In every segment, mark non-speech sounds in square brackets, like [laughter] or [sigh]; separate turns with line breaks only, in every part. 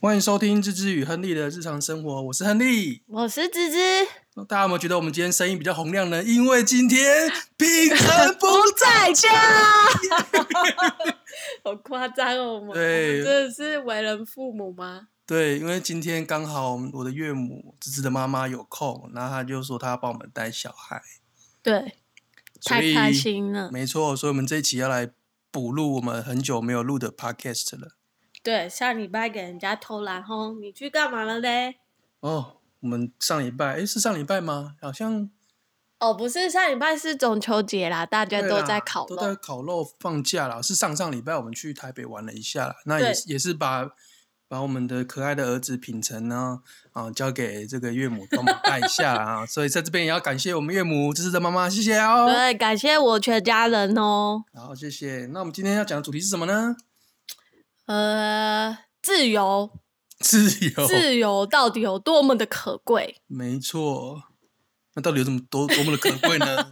欢迎收听芝芝与亨利的日常生活，我是亨利。
我是芝芝，
大家有没有觉得我们今天声音比较洪亮呢？因为今天平衡不
[laughs] 在家，好夸张哦！我们
对
我们真的是为人父母吗？
对，因为今天刚好我的岳母芝芝的妈妈有空，然后她就说她要帮我们带小孩，
对，
所以
太开心了
没错，所以我们这一期要来补录我们很久没有录的 podcast 了。
对，上礼拜给人家偷懒后，你去干嘛了嘞？
哦，我们上礼拜，诶，是上礼拜吗？好像
哦，不是，上礼拜是中秋节啦，大家
对
都
啦
在烤
都在
肉。
烤肉放假啦。是上上礼拜我们去台北玩了一下啦，那也
对
是也是把把我们的可爱的儿子品成呢啊交给这个岳母帮忙带一下啦啊，所以在这边也要感谢我们岳母支持的妈妈，谢谢哦。
对，感谢我全家人哦。
然后谢谢。那我们今天要讲的主题是什么呢？
呃，自由，
自由，
自由到底有多么的可贵？
没错。那到底有这么多多么的可贵呢？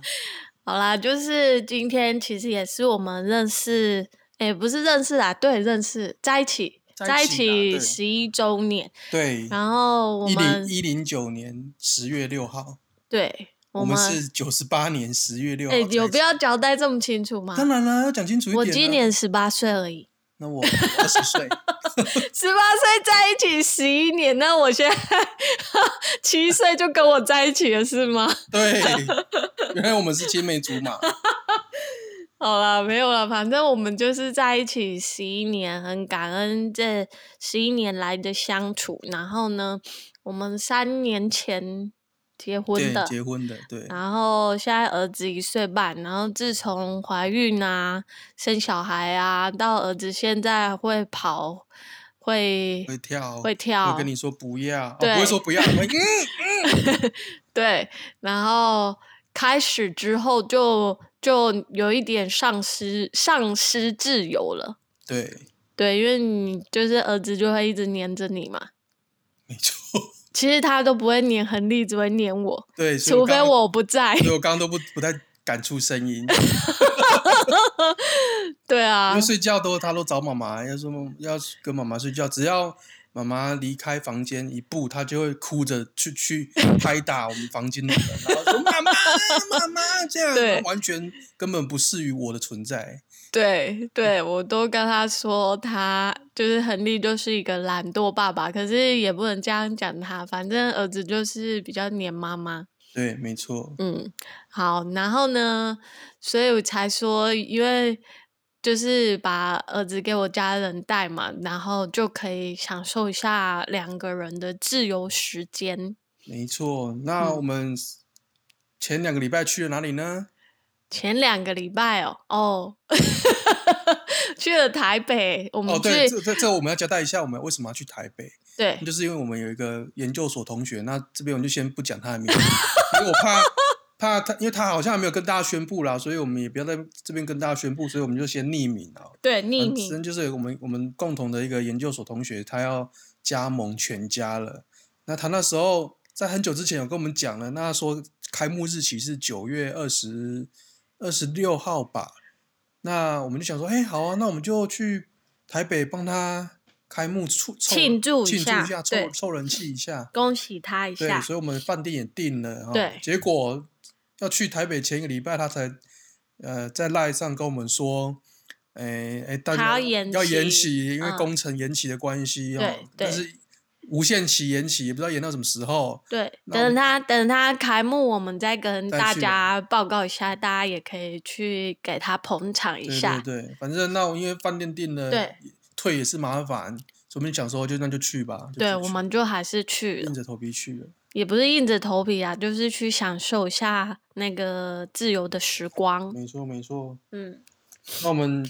好啦，就是今天其实也是我们认识，诶，不是认识啦，对，认识在一起，
在
在
一
一
起啦对
起十一周年。
对，
然后我
一零
们
一零九年十月六号，
对，
我
们
们是九十八年十月六号
诶，
在一起。
有必要交代这么清楚吗？
当然啦，要讲清楚一点啊。
我今年十八岁而已，
那我二十
[laughs]
岁，
十八岁在一起十一年，那我现在 [laughs] 七岁就跟我在一起了是吗？ [laughs]
对，原来我们是青梅竹马，
好啦，没有了，反正我们就是在一起十一年，很感恩这十一年来的相处。然后呢，我们三年前结婚
对
的，，啊
结婚的，对，
然后现在儿子一岁半，然后自从怀孕啊、生小孩啊，到儿子现在会跑、会
会跳，
会跳，
会跟你说不要，哦
对
不会说不要，
[laughs]
会嗯，
对，然后开始之后就就有一点丧失丧失自由了。
对，
对，因为你就是儿子就会一直黏着你嘛。
没错，
其实他都不会黏亨利，只会黏我，
对，所以
除非
刚，
我不
[laughs]
在。
所以我刚刚都不不太敢出声音，
对啊
因为，睡觉都他都找妈妈，要说要跟妈妈睡觉，只要。妈妈离开房间一步，他就会哭着去去拍打我们房间的门，然后说：“妈妈，妈妈！”这样
对
完全根本不适于我的存在。
对对，我都跟他说他，就是亨利就是一个懒惰爸爸，可是也不能这样讲他，反正儿子就是比较黏妈妈。
对，没错。
嗯，好，然后呢，所以我才说，因为就是把儿子给我家人带嘛，然后就可以享受一下两个人的自由时间。
没错，那
嗯
我们前两个礼拜去了哪里呢？
前两个礼拜哦，哦， [laughs] 去了台北，我
哦，
们去、
对，这这这我们要交代一下，我们为什么要去台北？
对
就是因为我们有一个研究所同学，那这边我就先不讲他的名字，因为我怕怕他，因为他好像还没有跟大家宣布啦，所以我们也不要在这边跟大家宣布，所以我们就先匿名啊。
对匿
反正
名，
就是我们我们共同的一个研究所同学，他要加盟全家了。那他那时候在很久之前有跟我们讲了，那他说开幕日期是九月二十二十六号吧。那我们就想说，哎、好啊，那我们就去台北帮他开幕促凑
庆祝一
庆祝
下
一下，凑
对
凑人气一下。
恭喜他一
对，
下，
所以我们饭店也订了哈。
对
结果要去台北前一个礼拜，他才呃在赖上跟我们说，诶诶，大
他
家
要延
要延
期
期，因为
嗯
工程延期的关系哈
对，
但
对
是无限期延期，也不知道延到什么时候。
对，
那我
等他等他开幕，我们再跟
再
大
去
家报告一下，大家也可以去给他捧场一
对
下
对。对，反正那我因为饭店订了，
对
退也是麻烦，所以我们想说就那就去吧。就
对，
去
我们就还是去
硬
了，
着头皮去了。
也不是硬着头皮啊，就是去享受一下那个自由的时光。
没错没错，
嗯，
那我们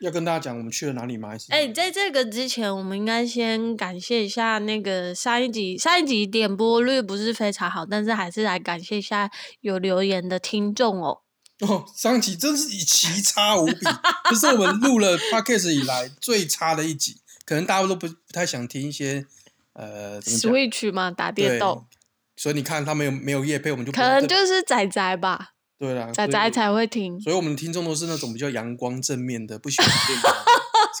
要跟大家讲我们去了哪里吗？还是
哎、在这个之前，我们应该先感谢一下那个上一集，上一集点播率不是非常好，但是还是来感谢一下有留言的听众哦。
[laughs] 哦，上集真是以奇差无比，这是我们录了 podcast 以来最差的一集，可能大家都不不太想听一些呃怎么讲
Switch 嘛，打电动，，
对所以你看他们有没有夜配，我们就不
可能
这
就是仔仔吧，
对啦，
仔
所
仔
以
才会听。
所以我们的听众都是那种比较阳光正面的，不喜欢电动。啊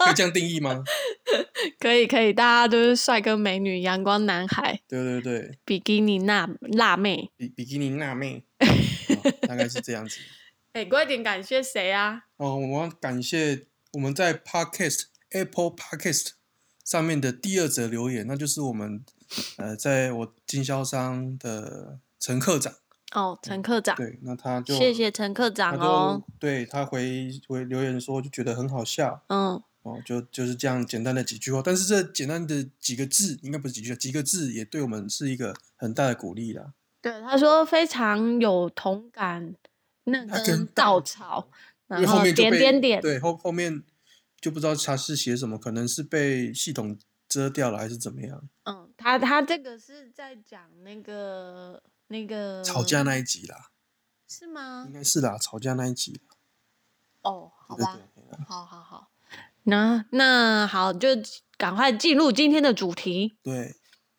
[laughs] 可以这样定义吗？
可以可以，大家都是帅哥美女、阳光男孩、
对对对，
比基尼辣辣妹。
比比基尼辣妹、哦大概是这样子。
哎、快点感谢谁啊？
哦，我们要感谢我们在 Podcast Apple Podcast 上面的第二则留言，那就是我们呃，在我经销商的陈科长，
哦，陈科长，
对，那他就
谢谢陈科
他
长
就
哦。
对他回回留言说就觉得很好笑
嗯，
哦，就就是这样简单的几句话，但是这简单的几个字，应该不是几句，几个字也对我们是一个很大的鼓励啦。
对，他说非常有同感，那
那
根
根稻
稻草，
因
然
为后面就
点
被
点点，
对后后面就不知道他是写什么，可能是被系统遮掉了还是怎么样，
嗯，他他这个是在讲那个那个
吵架那一集啦，
是吗
应？该是啦，吵架那一集啦，
哦，嗯好
对
吧，
对 [laughs] 对
好好好，那那好，就赶快进入今天的主题。
对，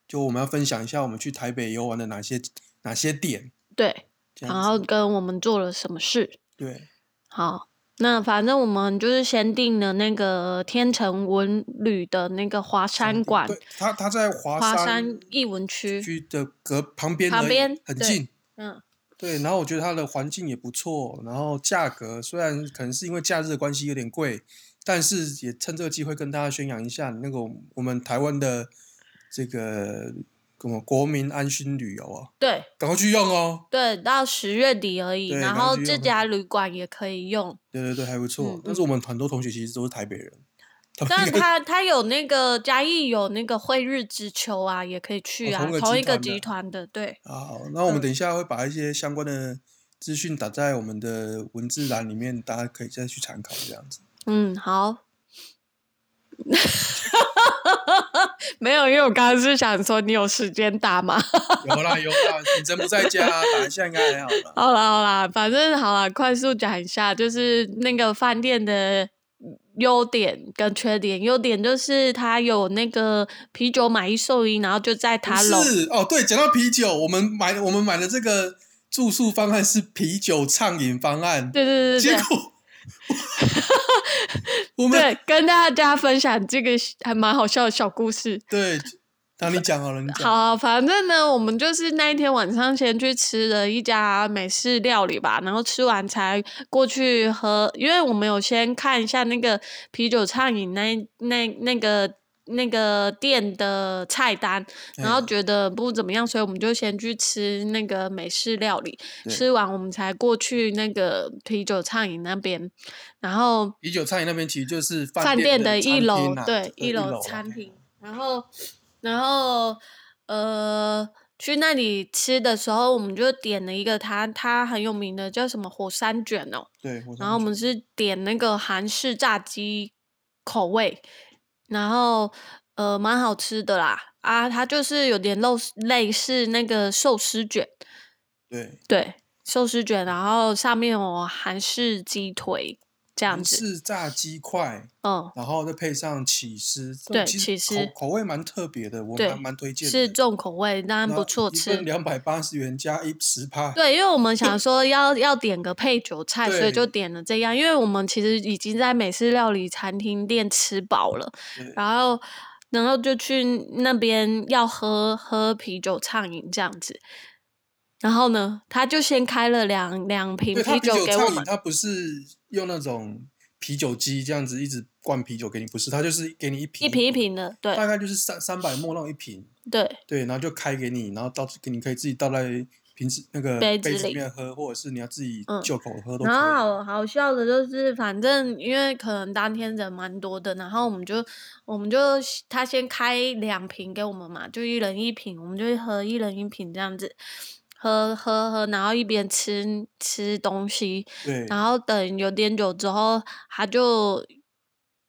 就我们要分享一下我们去台北游玩的哪些哪些点，
对，
这样
然
子
后跟我们做了什么事？
对
好，那反正我们就是先订了那个天成文旅的那个华山
山
馆，
对他他在华
华
山
山艺文区。
区的隔旁边
旁
而已
边
很
对
近，
嗯，
对，然后我觉得它的环境也不错，然后价格虽然可能是因为假日的关系有点贵，但是也趁这个机会跟大家宣扬一下那个我们台湾的这个什么国民安心旅游啊，
对
赶快去用哦。
对，到十月底而已，
对
然
然后
后
就
这
用
家旅馆也可
[laughs]
以用。
对对对，还不错。
嗯
但是我们很多同学其实都是台北人，他们
但
应该
他他有那个嘉义有那个惠日之丘啊，也可以去
哦
啊，
同一个集团
同一个集
的
团的，对
啊好，那
嗯
我们等一下会把一些相关的资讯打在我们的文字栏里面，大家可以再去参考这样
[laughs]
子。
嗯，好。 [laughs] 没有，因为我刚刚是想说你有时间打吗？
有啦有啦，你真不在家，啊打一下应该还好吧？
[laughs] 好啦好啦，反正好啦，快速讲一下，就是那个饭店的优点跟缺点。优点就是它有那个啤酒买一送一，然后就在
不
[laughs] 塔楼。
是哦，对，讲到啤酒，我们买我们买的这个住宿方案是啤酒畅饮方案，
对对对对
结
对。
果 [laughs] 我们
对，跟大家分享这个还蛮好笑的小故事。
对，那你讲好了，你讲，
好，反正呢，我们就是那一天晚上先去吃了一家美式料理吧，然后吃完才过去喝，因为我们有先看一下那个啤酒畅饮那那那个那个店的菜单，然后
嗯
觉得不怎么样，所以我们就先去吃那个美式料理，
对
吃完我们才过去那个啤酒畅饮那边，然后。
啤酒畅饮那边其实就是
饭店
的
的一
餐
楼
厅，啊
对，一
楼
楼
啊
餐厅。然后，然后，呃，去那里吃的时候，我们就点了一个它它很有名的叫什么火山卷哦，
对，我
然后我们是点那个韩式炸鸡口味，然后呃，蛮好吃的啦。啊，它就是有点肉类似那个寿司卷，
对
对，寿司卷，然后上面有韩式鸡腿这样
韩
子，
式炸鸡块，
嗯，
然后再配上起司，这
对
其
起
实
司
口口味蛮特别的，我
对
蛮蛮推荐的，
是重口味，当然不错吃。
两百八十元加一十趴，
对，因为我们想说要要点个配酒菜，所以
对
就点了这样。因为我们其实已经在美式料理餐厅店吃饱了，
对
然后然后就去那边要喝喝啤酒畅饮这样子。然后呢，他就先开了两两瓶
对，它
啤
啤酒
给我
畅饮，
们，
它不是用那种啤酒机这样子一直灌啤酒给你，不是，它就是给你一瓶
一瓶一，瓶的，对
大概就是三三百沫那种一瓶，
对
对，然后就开给你，然后到给你可以自己倒在瓶子那个
杯
杯
子
子
里
里面喝，或者是你要自己
嗯
就口喝都可以。
然后好好笑的就是，反正因为可能当天人蛮多的，然后我们就我们就他先开两瓶给我们嘛，就一人一瓶，我们就喝一人一瓶这样子，喝喝喝，然后一边吃吃东西，
对，
然后等有点久之后，他就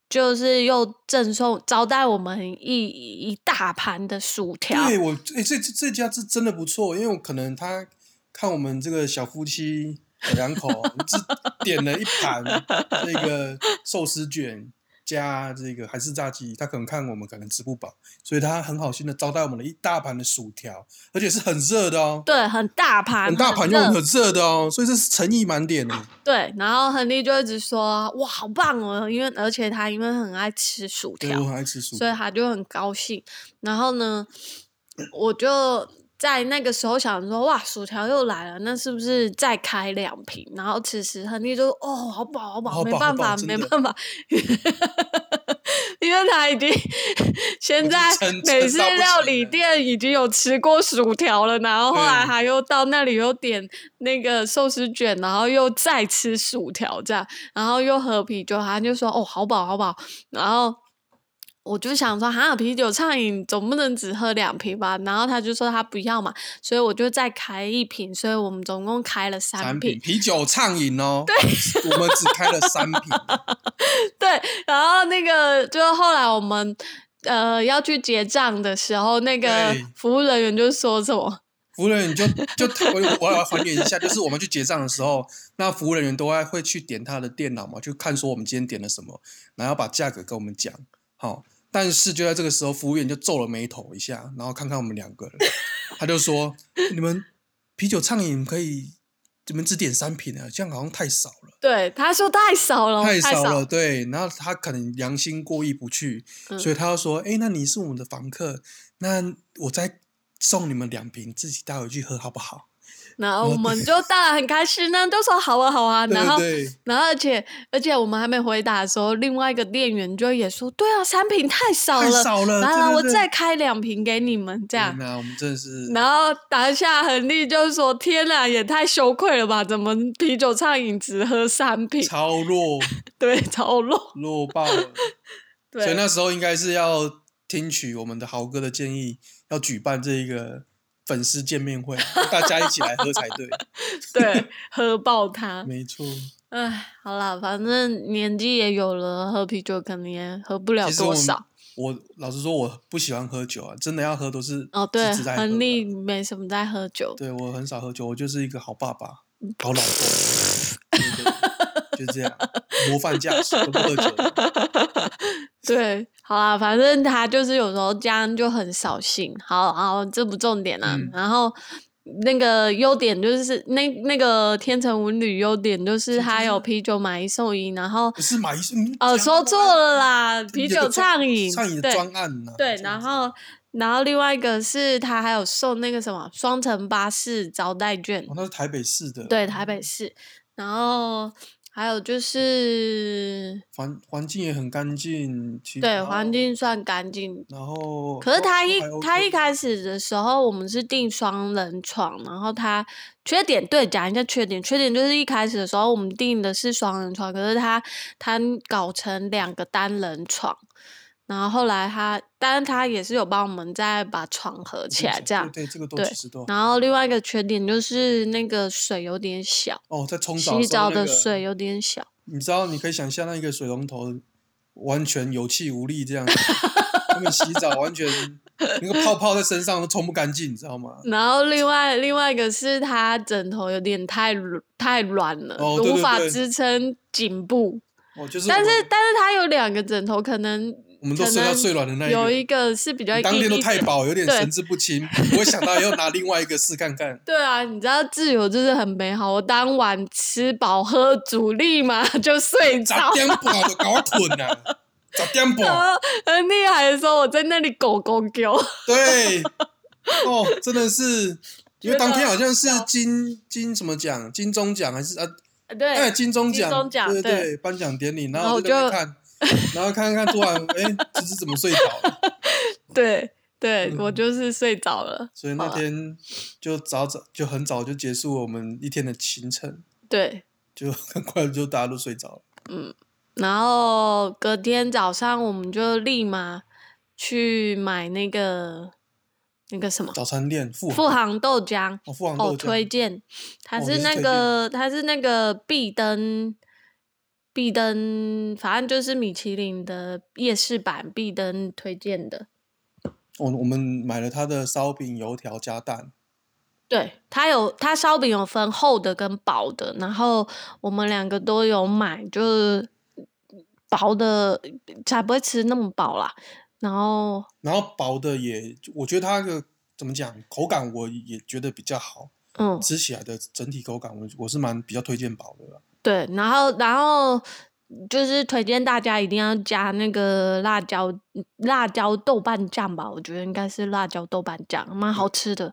就是又赠送招待我们一一大盘的薯条，
对我哎、这这这家是真的不错，因为我可能他看我们这个小夫 [laughs] 妻两口只点了一盘那个寿司卷，加这个韩式炸鸡，他可能看我们可能吃不饱，所以他很好心的招待我们了一大盘的薯条，而且是很热的哦，
对，啊很大盘，
很大盘又
热啊
很热的哦，所以这是诚意满点的。
对，然后亨利就一直说哇，好棒哦，因为而且他因为很爱吃薯
对，
条
我，很爱吃薯
啊所以
条。
他就很高兴。然后呢，我就在那个时候想说，哇，薯条又来了，那是不是再开两瓶？然后此时亨利就说，哦，好饱，好饱，
好
没
饱
办
好饱
法，
真
没
的
办法， [laughs] 因为他已经现
已经
在
撑
美
撑
式
到不
料
行
理
了
店已经有吃过薯条了，然后后来
对
他又到那里又点那个寿司卷，然后又再吃薯条这样，然后又喝啤酒，他就说哦，好饱，好饱，然后。我就想说，哈，啤酒畅饮总不能只喝两瓶吧？然后他就说他不要嘛，所以我就再开一瓶，所以我们总共开了三
产
瓶
品。啤酒畅饮哦，对，我们只开了三瓶，
对，然后那个就后来我们呃要去结账的时候，那个
对
服务人员就说什么？ [laughs]
服务人员你就就我我要还原一下，就是我们去结账的时候，那服务人员都会会去点他的电脑嘛，就看说我们今天点了什么，然后把价格跟我们讲。好、但是就在这个时候，服务员就皱了眉头一下，然后看看我们两个人，他就说：“ [laughs] 你们啤酒畅饮可以，你们只点三瓶啊，这样好像太少了，
对，他说哦太少了，
太
少
少了。”对，然后他可能良心过意不去，
嗯
所以他就说：“哎、那你是我们的房客，那我再送你们两瓶，自己带回去喝好不好？”
然后我们就当然很开心呢，就说好啊好啊。
对
然后
对对
然后而且而且我们还没回答的时候，另外一个店员就也说，对啊，三瓶太少
太
了，
少了，
来来，
呃对
我
对对嗯
再开两瓶给你们这样
天。哪我们真的是，
然后当下恒力就说：“天哪，也太羞愧了吧！怎么啤酒畅饮只喝三瓶？
超弱
[laughs] 对，超弱。
弱爆
[laughs]
了，所以
对，
那时候应该是要听取我们的豪哥的建议，要举办这一个粉丝见面会，大家一起来喝才
[laughs]
对，
对，喝爆它。
没错。
唉，好啦，反正年纪也有了，喝啤酒肯定也喝不了
其实
多
我们
少。
我老实说，我不喜欢喝酒啊，真的要喝都是
哦，对，
是自在喝的啊
恒力没什么在喝酒。
对我很少喝酒，我就是一个好爸爸、
嗯
好老公，对对对就这样，模范驾驶都不喝酒的。
对，好啦，反正他就是有时候这样就很扫兴。好，好，这不重点啦、
嗯
然后那个优点就是那那个天成文旅优点就是它有啤酒买一送一，然后
不是买一送，
哦说错了
啦。
啦，啤酒畅饮，
畅饮的
对
专案呐、
对，
这样
然
子
后然后另外一个是他还有送那个什么双层巴士招待券
哦，，那是台北市的，
对，台北市，然后还有就是
环环境也很干净，其
对
然
环
后，
境算干净。
然后
可是
都
他
都
一
哦还 OK
他一开始的时候，我们是订双人床，然后他缺点对讲一下缺点，缺点就是一开始的时候我们订的是双人床，可是他他搞成两个单人床，然后后来他，但是他也是有帮我们再把床合起来这样，
对对，这个都
对
其实都
然后另外一个缺点就是那个水有点小，
哦，在冲澡
洗
时候
澡
那
的
个
水，有点小，
你知道，你可以想象那一个水龙头完全有气无力这样子，他们洗澡完全那个泡泡在身上都冲不干净，你知道吗？
然后另外另外一个是他枕头有点太软太软了，
哦对
无
对
法
对
支撑颈部。
哦，就是我
但
们，
是但是他有两个枕头，可能
我们都
可
睡到
能
最软的那一
有
个
一个是比较
你当天
硬
都
一
太
点
饱，有点
对
神志不清，不会想到要拿另外一个试看看。
对啊，你知道自由就是很美好。我当晚吃饱喝足立马就睡
十
着。 [laughs]
点半就搞困啊，十点
然
半，
后很厉害的时候，我在那里狗狗
[laughs]
叫。
对，哦，真的是，因为当天好像是
觉得
金金什么奖，金钟奖还是啊，
对，
哎，金钟
金钟
奖，
奖
对
对
对，颁奖典礼，然
然后
后我就在那
我就
边看，
[laughs]
然后看看突然，哎，这是怎么睡着了？
对对，我
嗯
就是睡着了。
所以那
好了
天就早早就很早就结束我们一天的行程，
对，
就很快就大家都睡着了。
然后隔天早上我们就立马去买那个那个什么
早餐店富
富
航，
航豆浆。
哦，富航
哦，
豆
推
浆，
荐，它
哦
是
也是
那
推
个、它是那个碧灯，碧灯，反正就是米其林的夜市版碧灯推荐的。
我我们买了他的烧饼、油条加蛋。
对，它有它烧饼有分厚的跟薄的，然后我们两个都有买，就是薄的才不会吃那么饱啦。然后
然后薄的也，我觉得它的怎么讲，口感我也觉得比较好，
嗯，
吃起来的整体口感我我是蛮比较推荐薄的啦。
对，然后然后就是推荐大家一定要加那个辣椒辣椒豆瓣酱吧，我觉得应该是辣椒豆瓣酱，蛮
嗯
好吃的。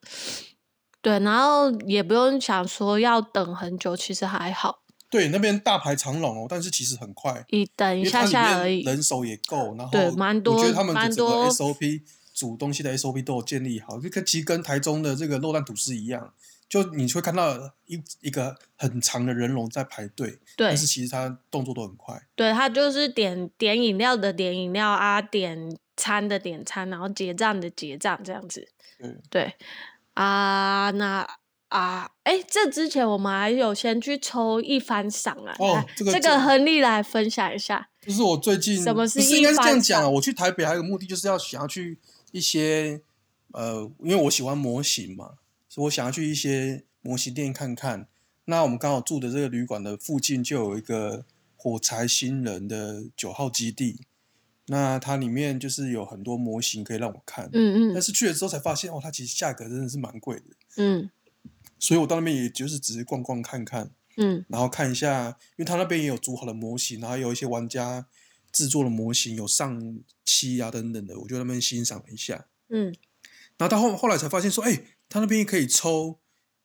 对，然后也不用想说要等很久，其实还好，
对，那边大排长龙哦，但是其实很快，
一等
因
一
为
下
它里
下
面
而已。
人手也够，然后
对蛮
我觉
多
得他们
蛮
整个
多
SOP 煮东西的 SOP 都有建立好，就跟其实跟台中的这个肉蛋吐司一样，就你会看到一一个很长的人龙在排队，
对
但是其实它动作都很快。
对，他就是点点饮料的点饮料啊，点餐的点餐，然后结账的结账这样子。
对
对啊，那啊，哎，这之前我们还有先去抽一番赏啊。
哦
来
这个
这
这
个亨利来分享一下。
就是我最近
什么是
不是应该是
一
这
番
样讲啊？
赏
我去台北还有一个目的就是要想要去一些呃，因为我喜欢模型嘛，所以我想要去一些模型店看看。那我们刚好住的这个旅馆的附近就有一个火柴新人的九号基地，那它里面就是有很多模型可以让我看。
嗯
但
嗯
是去了之后才发现，哦，它其实价格真的是蛮贵的，
嗯
所以我到那边也就是只是逛逛看看。
嗯
然后看一下，因为他那边也有组好的模型，然后有一些玩家制作的模型有上漆啊等等的，我就在那边欣赏了一下。
嗯
然后到后后来才发现说，哎、他那边也可以抽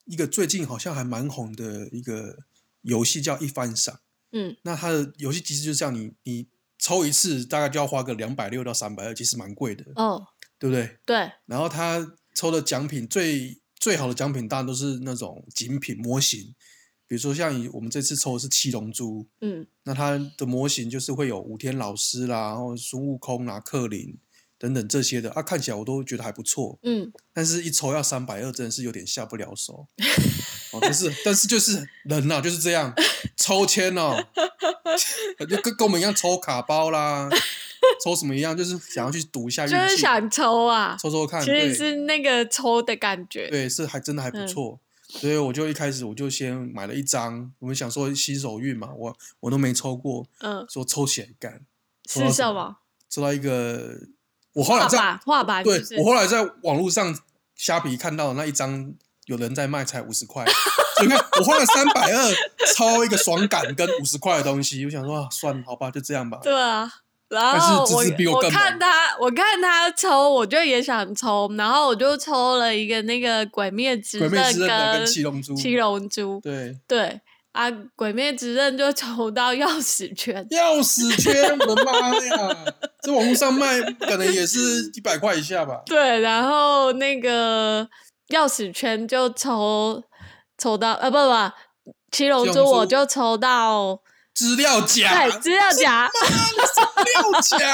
一个最近好像还蛮红的一个游戏叫一番赏。
嗯
那它的游戏机制就是这样，你你抽一次大概就要花个两百六到三百二，其实蛮贵的，
哦，
对不对？
对，
然后他抽的奖品最最好的奖品当然都是那种精品模型，比如说像以我们这次抽的是七龙珠，
嗯
那它的模型就是会有武天老师啦，然后孙悟空啦、克林等等这些的，啊，看起来我都觉得还不错，
嗯
但是一抽要三百二，真的是有点下不了
[laughs]
手。哦，但是但是就是人呐、就是这样，抽签哦， [laughs] 就跟跟我们一样抽卡包啦，抽什么一样，就是想要去赌一下运气，
就是想抽啊，
抽抽看，
其
对
实是那个抽的感觉。
对，是还真的还不
嗯
错。所以我就一开始我就先买了一张，我们想说新手运嘛，我我都没抽过，
嗯，
说抽起来干，抽到
是
什么
什么？
抽到一个，我后来
画
在
吧，画吧，
对
就是
我后来在网络上虾皮看到那一张有人在卖，才五十块，所以你看我花了三百二抽一个爽感跟五十块的东西，我想说啊，算了好吧，就这样吧。
对啊，然
但是
后
芝
我
芝比我
我
更
看
猛
他，我看他抽，我就也想抽，然后我就抽了一个那个《鬼灭之
鬼
刃
灭之》刃的跟
七
七龙珠，
龙珠，
对，
对啊，《鬼灭之刃》就抽到钥匙圈，
钥匙圈，我的妈呀！这网络上卖可能也是一百块以下吧。
对，然后那个钥匙圈就抽抽到，呃，不不，七龙
七龙
珠我
珠
就抽到，
资料夹，
对，资料夹，
资料夹，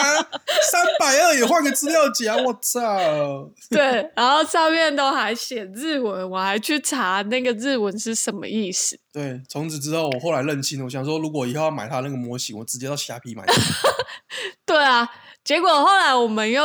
三百二也换个资料夹，我操！
对，然后上面都还写日文，我还去查那个日文是什么意思。
对，从此之后我后来认清了，我想说，如果以后要买他那个模型，我直接到虾皮买。
哦对啊，结果后来我们又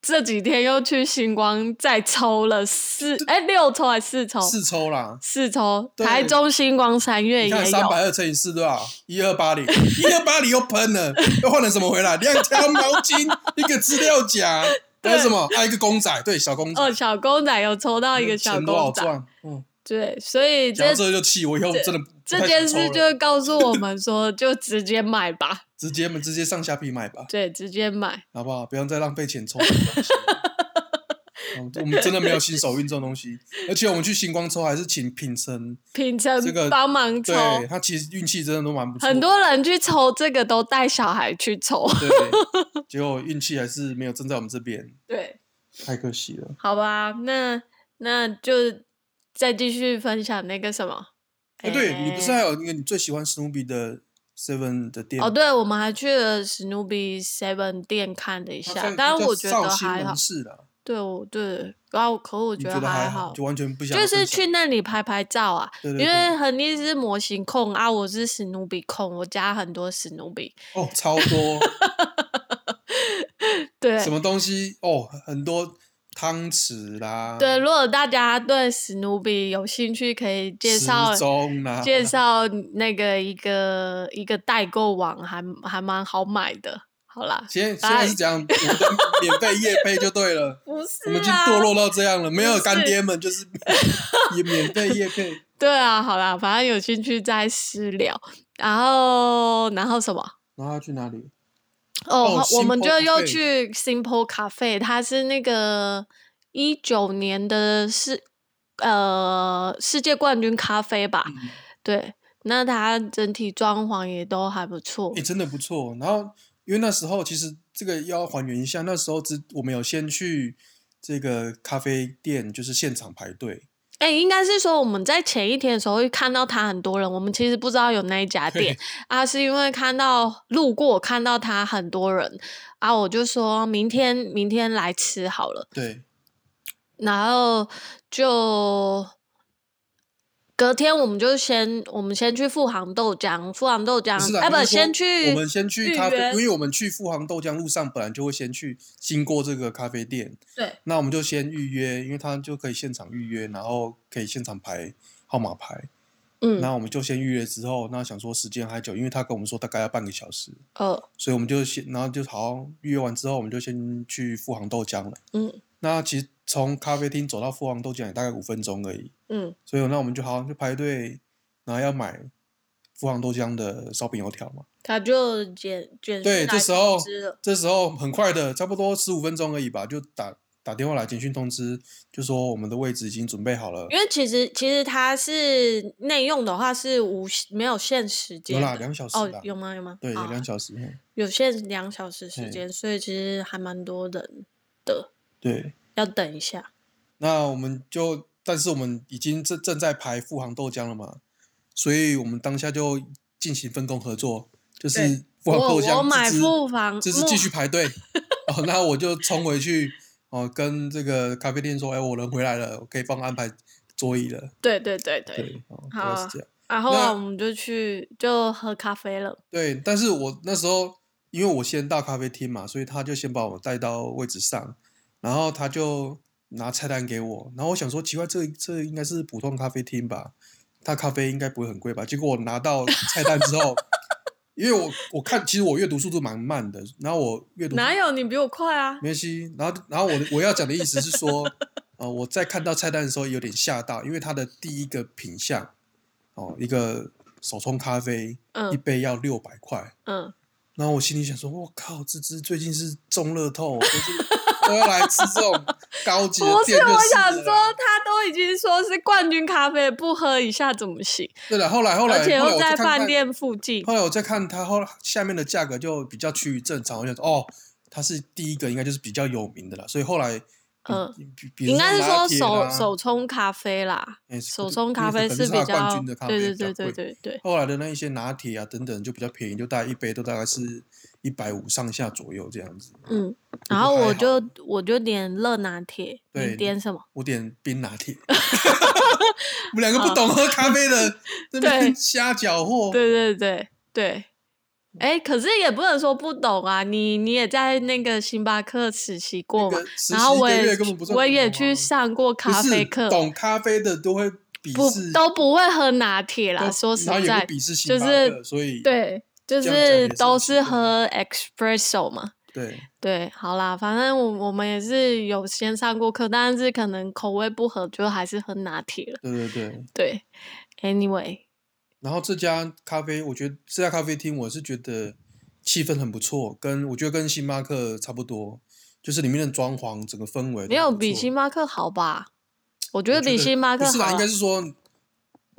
这几天又去星光再抽了四哎六抽还是四抽
试抽
[laughs]
啦。
四抽，
对
台中星光三月
你看
也
三
有，
百二乘以四多少？一二八零，一二八零又喷了，又换了什么回来？两条毛巾，一个资料夹，还有
对
什么？还有一个公仔，对，小公仔。
哦小公仔有抽到一个小
钱多好
公仔，
赚，嗯。
对，所以
讲到
这
这就气，我以后真的不
这
太
件
想抽
事
了
就告诉我们说，就直接买吧，
直接嘛，直接上下皮买吧，
对，直接买，
好不好？不要再浪费钱抽这种东
[laughs]
西。嗯我们真的没有新手运这种东西，而且我们去星光抽还是请品生，
品成
这个
帮忙抽，
对他其实运气真的都蛮不错的，
很多人去抽这个都带小孩去抽， [laughs]
对，结果运气还是没有站在我们这边，
对。
太可惜了。
好吧，那那就再继续分享那个什么。
哎，对你不是还
诶
有一个你最喜欢史努比的 Seven 的店？
哦，，对，我们还去了史努比 Seven 店看了一下，但是我觉得还好。
是的，
对，我对，然后可我
你
觉得
得还
好
就，完全不想
就是
分享
去那里拍拍照啊。
对对对
因为恒利是模型控啊，我是史努比控，我加很多史努比。
哦，
[laughs]
超多。
对，
什么东西哦，很多汤匙啦，
对，，如果大家对史努比有兴趣，可以介绍
时钟 [laughs] 啦，
介绍那个一个一个代购网还，还蛮好买的。好啦，，
现在现在是讲我们的免费夜配就对了
不是、啊，
我们已经堕落到这样了，没有
不是
干爹们
[laughs]
就是也免费夜配。
对啊，好啦，反正有兴趣再私聊。然后，然后什么？
然后要去哪里？
哦
哦，
我们
Simple
就又
Cafe
去 Simple Cafe，它是那个一九年的世呃世界冠军咖啡吧？
嗯
对，那它整体装潢也都还不错
也、。真的不错。然后因为那时候其实这个要还原一下，那时候只我们有先去这个咖啡店，就是现场排队，
哎、应该是说我们在前一天的时候会看到它很多人，我们其实不知道有那一家店啊，是因为看到路过看到它很多人啊，我就说明天明天来吃好了。
对，
然后就隔天我们就先我们先去富航豆浆，富航豆
不是
浆，
的，
哎、
应
不，
该说
先去
我们先去
预
咖啡，
约
因为我们去富航豆浆路上本来就会先去经过这个咖啡店，
对
那我们就先预约，因为他就可以现场预约，然后可以现场排号码牌。
嗯
那我们就先预约之后，那想说时间还久，因为他跟我们说大概要半个小时，
呃
所以我们就先，然后就好预约完之后，我们就先去富航豆浆了。
嗯
那其实从咖啡厅走到富航豆浆也大概五分钟而已，
嗯
所以那我们就好像就排队，然后要买富航豆浆的烧饼油条嘛。
他就简简
对，
讯
这
来
时
通
候
知了
这时候很快的，差不多十五分钟而已吧，就打打电话来简讯通知，就说我们的位置已经准备好了。
因为其实其实它是内用的话是无没有限时
有
间
啦，
的，
两小时
哦
吧，，
有吗有吗？
对，有
啊
两小时，嗯
有限两小时时
嗯
间，所以其实还蛮多人的，
对。
要等一下。
那我们就，但是我们已经正正在排富航豆浆了嘛，所以我们当下就进行分工合作，就
对
是富航
我
豆浆
我买
这支
富房，
这是继续排队。哦，那我就冲回去哦，跟这个咖啡店说，哎，我人回来了，我可以帮我安排桌椅了。
对对对对。
对，哦，大
好
概是这样。
然后啊，
那
我们就去就喝咖啡了。
对，但是我那时候因为我先到咖啡厅嘛，所以他就先把我带到位置上，然后他就拿菜单给我，然后我想说奇怪，这这应该是普通咖啡厅吧，他咖啡应该不会很贵吧？结果我拿到菜单之后，因为我我看其实我阅读速度蛮慢的，然后我阅读
哪有你比我快啊？
没关系，然后然后我的我要讲的意思是说，呃，我在看到菜单的时候有点吓到，因为它的第一个品相哦，一个手冲咖啡一
嗯
杯要六百块。
嗯，
然后我心里想说，我靠，芝芝最近是中乐透，就是都要来吃这种高级
不
的
是，
店就
我
是
想
了
说
啦，
他都已经说是冠军咖啡，不喝一下怎么行？
对了，后来后来，
而且
后来
又
我再
在
看
饭
看，
店附近。
后来我再看它后来下面的价格就比较趋于正常，我想说，哦，它是第一个应该就是比较有名的啦，所以后来。
嗯
比，比比如
应该是说
latte
手
啦
手冲咖啡啦，
啊哎
手
可是
冲
因
咖
为可
啡
能
是
是
比
它冠
较嗯
军的咖
对
啡
对
比较
对对
贵
对对，
后来的那一些拿铁啊等等就比较便宜，就大概一杯都大概是一百五上下左右这样子。
嗯。
就
然后
还
我
好
就我就点热拿铁，你
对哦
点什么？
我点冰拿
[laughs]
铁，我们两个不懂喝咖啡的，这
对
边瞎搅和。
对对对对。哎，可是也不能说不懂啊，你你也在那个星巴克实习过
那
嘛
个？实
然
习
后
一
我
个
也
月根本不算
我
懂
也
啊
去上过
不
咖
是
啡课，
懂咖啡的都会
不
鄙视，
都不会喝拿铁啦。
都
说实
然后也
在
会，鄙视星
就
巴
是
克，所以
对，就
这样讲也是
是都
很
是
奇怪
喝 espresso 嘛。
对
对，好啦，反正我我们也是有先上过课，但是可能口味不合，就还是喝拿铁了。
对对对。
对，anyway，
然后这家咖啡，我觉得这家咖啡厅我是觉得气氛很不错，跟我觉得跟星巴克差不多，就是里面的装潢整个氛围都
没有
很不
比
错
星巴克好吧？我觉得
我
比星巴克
不是啦，
好啊
应。该是说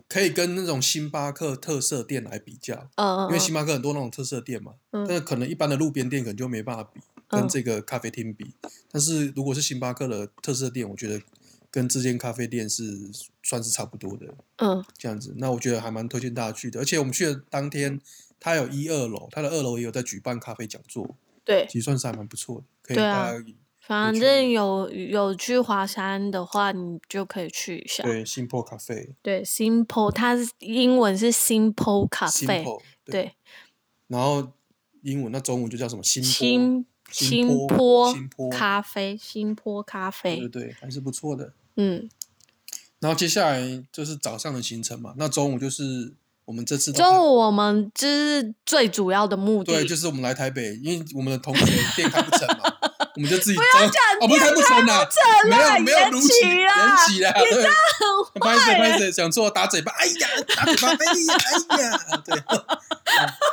可以跟那种星巴克特色店来比较，
嗯，
因为星巴克很多那种特色店嘛，
嗯
但是可能一般的路边店可能就没办法比，
嗯
跟这个咖啡厅比。但是如果是星巴克的特色店，我觉得跟这间咖啡店是算是差不多的
嗯
这样子。那我觉得还蛮推荐大家去的，而且我们去的当天，它有一二楼，它的二楼也有在举办咖啡讲座，
嗯，对，
其实算是还蛮不错的，可以
对啊
大家
反
去
正有有去华山的话，你就可以去一下。
对新破咖啡
对，Simple，它是英文是 Simple 咖
新
啡，
破
对，
然后英文那中文就叫什么新波
新
新
新
坡
坡
新坡
咖啡，新坡咖
对对
啡，
对，还是不错的。
嗯，
然后接下来就是早上的行程嘛，那中午就是我们这次都
中午我们这是最主要的目的，
对，就是我们来台北，因为我们的同学店开不成
[laughs]
嘛，我们就自己不哦，不是开不成啦，
成
没
啦
有没有
延
如
期
期
啦 [laughs]
延期啦，对，拍谁拍谁，想做打嘴巴，哎呀，打嘴巴，哎呀，哎呀，对， [laughs]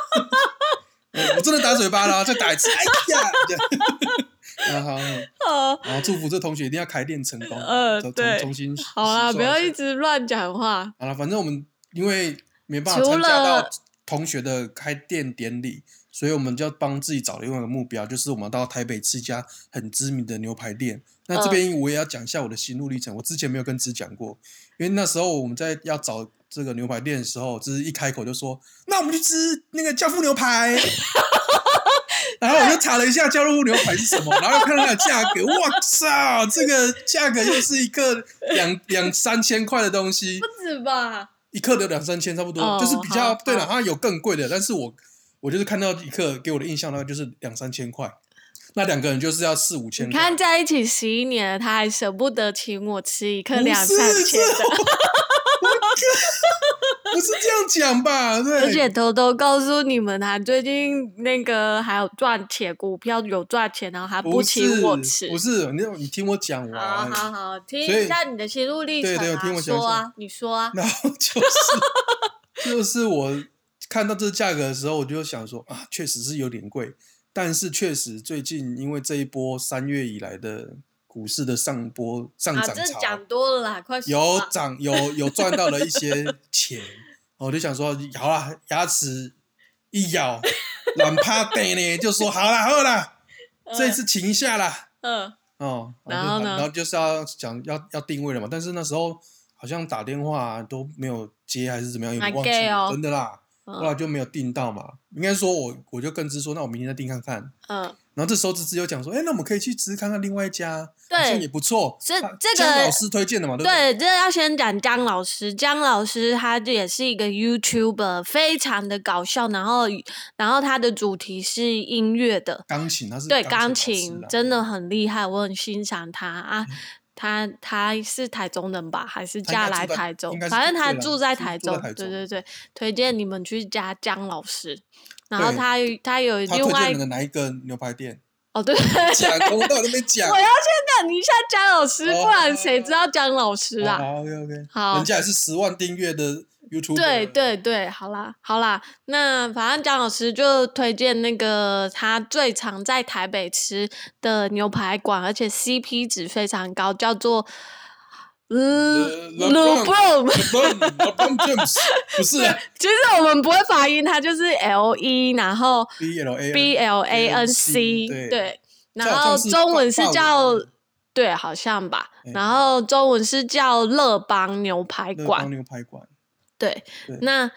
嗯我真的打嘴巴啦，再打一次，哎呀，对 [laughs] 啊好，
呃，
然后祝福这同学一定要开店成功，
呃
重
对
重新
好啦，不要一
直。
直乱讲话，
好了，反正我们因为没办法
除
参加到
了
同学的开店典礼，所以我们就要帮自己找另外一个目标，就是我们要到台北吃一家很知名的牛排店。那
嗯
这边我也要讲一下我的心路历程，我之前没有跟芝讲过，因为那时候我们在要找这个牛排店的时候，就是一开口就说，那我们去吃那个教父牛排。 [laughs] 然后我就查了一下教父牛排是什么，然后又看到它的价格，哇操，这个价格又是一个两两三千块的东西，
不止吧？
一克有两三千，差不多，
哦
就是比较
好
对了。
好
它有更贵的，但是我我就是看到一克给我的印象呢，就是两三千块，那两个人就是要四五千
你
块。
看在一起十一年了，他还舍不得请我吃一
不
颗
是
两三千 [laughs]
是我
的，
我不是这样讲吧？对，
而且偷偷告诉你们，他最近那个还有赚钱，股票有赚钱，然后还
不
请
是
我吃
不。是你你听我讲
好
完，
好好，听
所以
一下你的心路历
对
程啊，
对听我讲一
说
下
啊，你说啊，
然后就是就是我看到这价格的时候，我就想说啊，确实是有点贵，但是确实最近因为这一波三月以来的股市的上波上
啊，
涨
这
潮，
讲多了啦，快说
[laughs] 有
啊
涨有有赚到了一
[laughs]
些钱，哦我就想说，好啦，牙齿一
[laughs]
咬，懒趴地呢，就说好啦好啦，这次请一下啦。
嗯，
哦，
然后
就
呢
然后就是要讲要要定位了嘛，但是那时候好像打电话都没有接还是怎么样，有点
啊
忘记
，gay
了，
哦
真的啦，后来
嗯
就没有定到嘛。应该说我我就跟芝说，那我明天再定看看。
嗯，
然后这时候芝芝有讲说，哎，那我们可以去吃看看另外一家，好像
对
也不错，
这
啊
这
江
个
老师推荐的嘛，对不对？
对，这要先讲姜老师。姜老师他也是一个 YouTuber，非常的搞笑，然后然后他的主题是音乐的，
钢琴，他是
对
钢
钢
琴
琴
老师啦嗯
真的很厉害，我很欣赏他啊。他他是台中人吧，还是
他应该
嫁来
住在
台
应
中
该？是
反正他
对啦
住在
住
台
住在
中，
台中
对对对，推荐你们去加姜老师。然后
对
他有他有
他
另
推
外
荐了哪一个牛排店？ [laughs]
哦，对，对
讲公道那边讲，
[laughs] 我要先讲一下姜老师，
哦
不然谁知道姜老师啊？
好，OK OK，
好
哦人家也是十万订阅的 YouTube，
对对对，好啦好啦，那反正蒋老师就推荐那个他最常在台北吃的牛排馆，而且 CP 值非常高，叫做呃
Le-
Le
LeBron [laughs]
Brom。
，LeBron James 不是
[laughs]
啊
其实我们不会发音，它就是 L E，然后
B L A
B L A N
C，
C，
对
对，
这
然
好像
后
是
中文是
法
叫
法文
对，好像吧，
嗯
然后中文是叫乐邦牛排
乐
馆
邦。牛排馆，
对，
对
那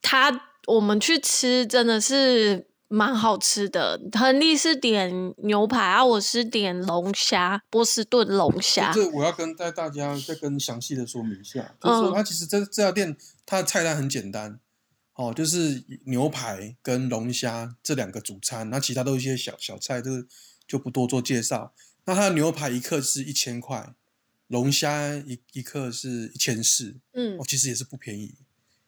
他我们去吃真的是蛮好吃的。亨利是点牛排啊，我是点龙虾，波士顿龙虾。
哦这我要跟带大家再跟详细的说明一下，就是说
嗯
它其实这这家店它的菜单很简单。哦，就是牛排跟龙虾这两个主餐，那其他都是一些小小菜，这个就不多做介绍。那它的牛排一克是一千块，龙虾一一克是一千四，
嗯
哦，，其实也是不便宜。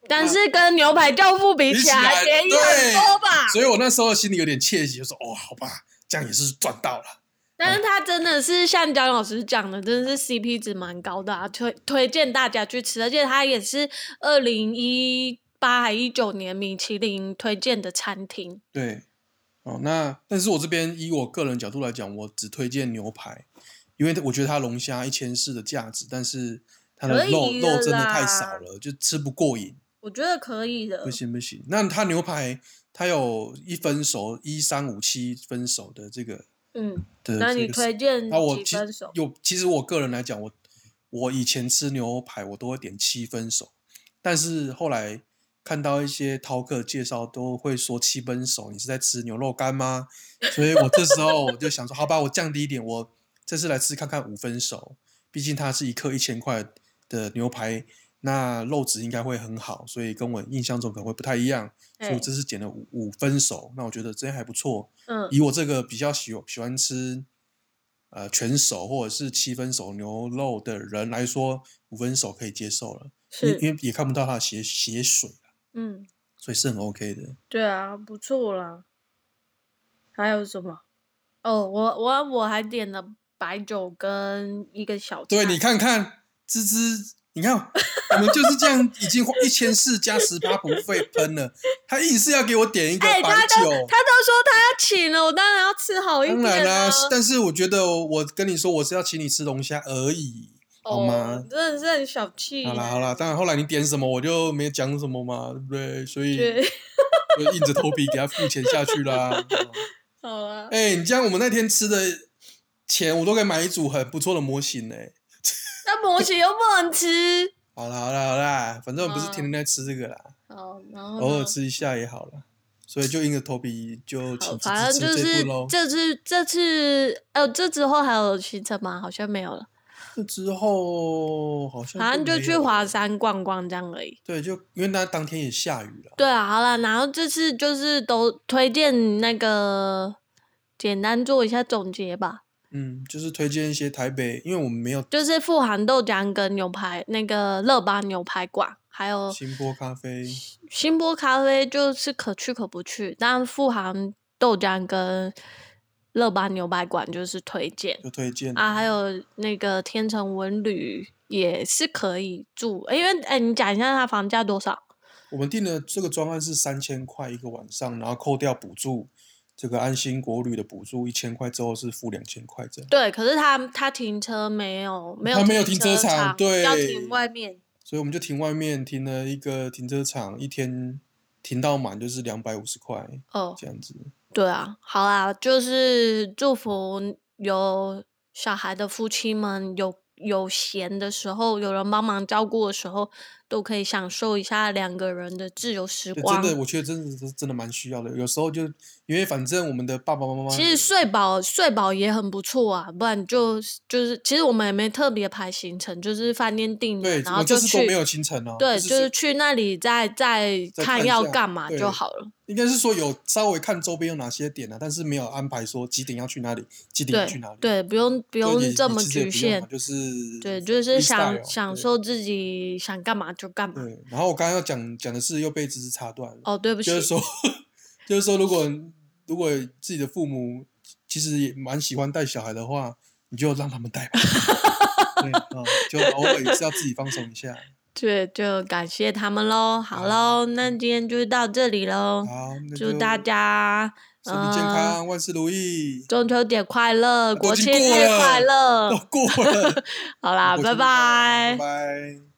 但是跟牛排教父比
比
起
起来
来，便宜很多吧。
所以我那时候心里有点窃喜，就说哦，好吧，这样也是赚到了。
但是它真的是像姜老师讲的，真的是 CP 值蛮高的啊，推推荐大家去吃，而且它也是二零一八还一九年米其林推荐的餐厅。
对，哦，那但是我这边以我个人角度来讲，我只推荐牛排，因为我觉得它龙虾一千四的价值，但是它的
可以
肉
的
肉真的
啦
太少了，就吃不过瘾，
我觉得可以的
不，行不行。那它牛排它有一分熟一三五七分熟的这个
嗯。
的，
那你推荐
那啊我
嗯几
其
分熟？
有，其实我个人来讲，我我以前吃牛排我都会点七分熟，但是后来看到一些饕客介绍都会说七分熟，你是在吃牛肉干吗？所以我这时候我就想说，好吧，我降低一点，我这次来吃看看五分熟，毕竟它是一克一千块的牛排，那肉质应该会很好，所以跟我印象中可能会不太一样。所以我
对
这次点了五五分熟，那我觉得真还不错。
[laughs] 嗯
以我这个比较喜喜欢吃呃全熟或者是七分熟牛肉的人来说，五分熟可以接受了，因
是
因为也看不到它的血血水，啊
嗯
所以是很 OK 的。
对啊，不错啦。还有什么？哦，我我我还点了白酒跟一个小菜。
对，你看看芝芝，你看我们就是这
[laughs]
样，已经花一千四加十八不费喷了，他硬是要给我点一个
哎、
白
他都
酒。
他都说他要请了，我当然要吃好一
当
点
然啦、
啊。
但是我觉得我我跟你说，我是要请你吃龙虾而已，好吗？
哦，真的是啊很小气。
好啦好啦，当然后来你点什么我就没讲什么嘛，对不对？所以
对，
就硬着头皮给他付钱下去啦。嗯
好啊。
哎、你这样我们那天吃的钱，我都可以买一组很不错的模型呢、
那模型又不能吃。
好啦好啦好啦，反正我不是天天在吃这个啦，
好，然后
偶尔
呢？
吃一下也好啦。所以就硬着头皮就
好，
请自
反
己
正
吃
就
这一
是
步喽。
这次这次呃，这之后还有行程吗？好像没有了，
这之后好像
好像就
没
去
有
华
了，
山逛逛这样而已。
对，就因为那当天也下雨了。
对啊，好了，然后这次就是都推荐那个，简单做一下总结吧。
嗯，就是推荐一些台北，因为我们没有
就是富含豆浆跟牛排，那个乐巴牛排馆，还有
新波咖啡，
新波咖啡，就是可去可不去。但富含豆浆跟乐巴牛排馆就是推荐
就推荐
啊，还有那个天成文旅也是可以住，诶因为哎、你讲一下它房价多少？
我们订的这个专案是三千块一个晚上，然后扣掉补助，这个安心国旅的补助一千块之后是付两千块这样，
对，可是它它停车没有没有，
它没有停
车
车场对
要停外面。
所以我们就停外面停了一个停车场，一天停到满就是两百五十块
哦，
这样子。
对啊，好啦，就是祝福有小孩的夫妻们有有闲的时候，有人帮忙照顾的时候，都可以享受一下两个人的自由时
对，
光
真。的，我觉得真的是真的蛮需要的。有时候就因为反正我们的爸爸妈妈
其实睡饱睡饱也很不错啊，不然就是就是，其实我们也没特别排行程，就是饭店订了，
对，
然
我
后
这
就
次都
去
没，有行程哦。
对，
这
就是去那里再再
再看
看
一
要
下
干嘛
对
就好了。
应该是说有稍微看周边有哪些点啊，但是没有安排说几点要去哪里，几点要去
对
哪里。
对，不用不
不
用这么局限，
就是
对，就是想
freestyle，
享
对
受自己想干嘛就干嘛。
对，然后我刚刚要讲讲的是又被知识插断了，
哦，对不起
就，是说， [laughs] 就是说，如果如果自己的父母其实也蛮喜欢带小孩的话，你就让他们
[laughs]
带吧。对啊、就偶尔也是要自己放松一
[laughs]
下。
对，就感谢他们喽。好
好嗯
喽，那今天就到这里喽。
好，那
嗯祝
就
大家
身体健
呃
康，万事如意。
中秋节快乐，
都
国
已经
庆
过
日
了
快乐
都。过了，
[laughs] 好啦，
[laughs] 我
拜
先拜
拜
拜。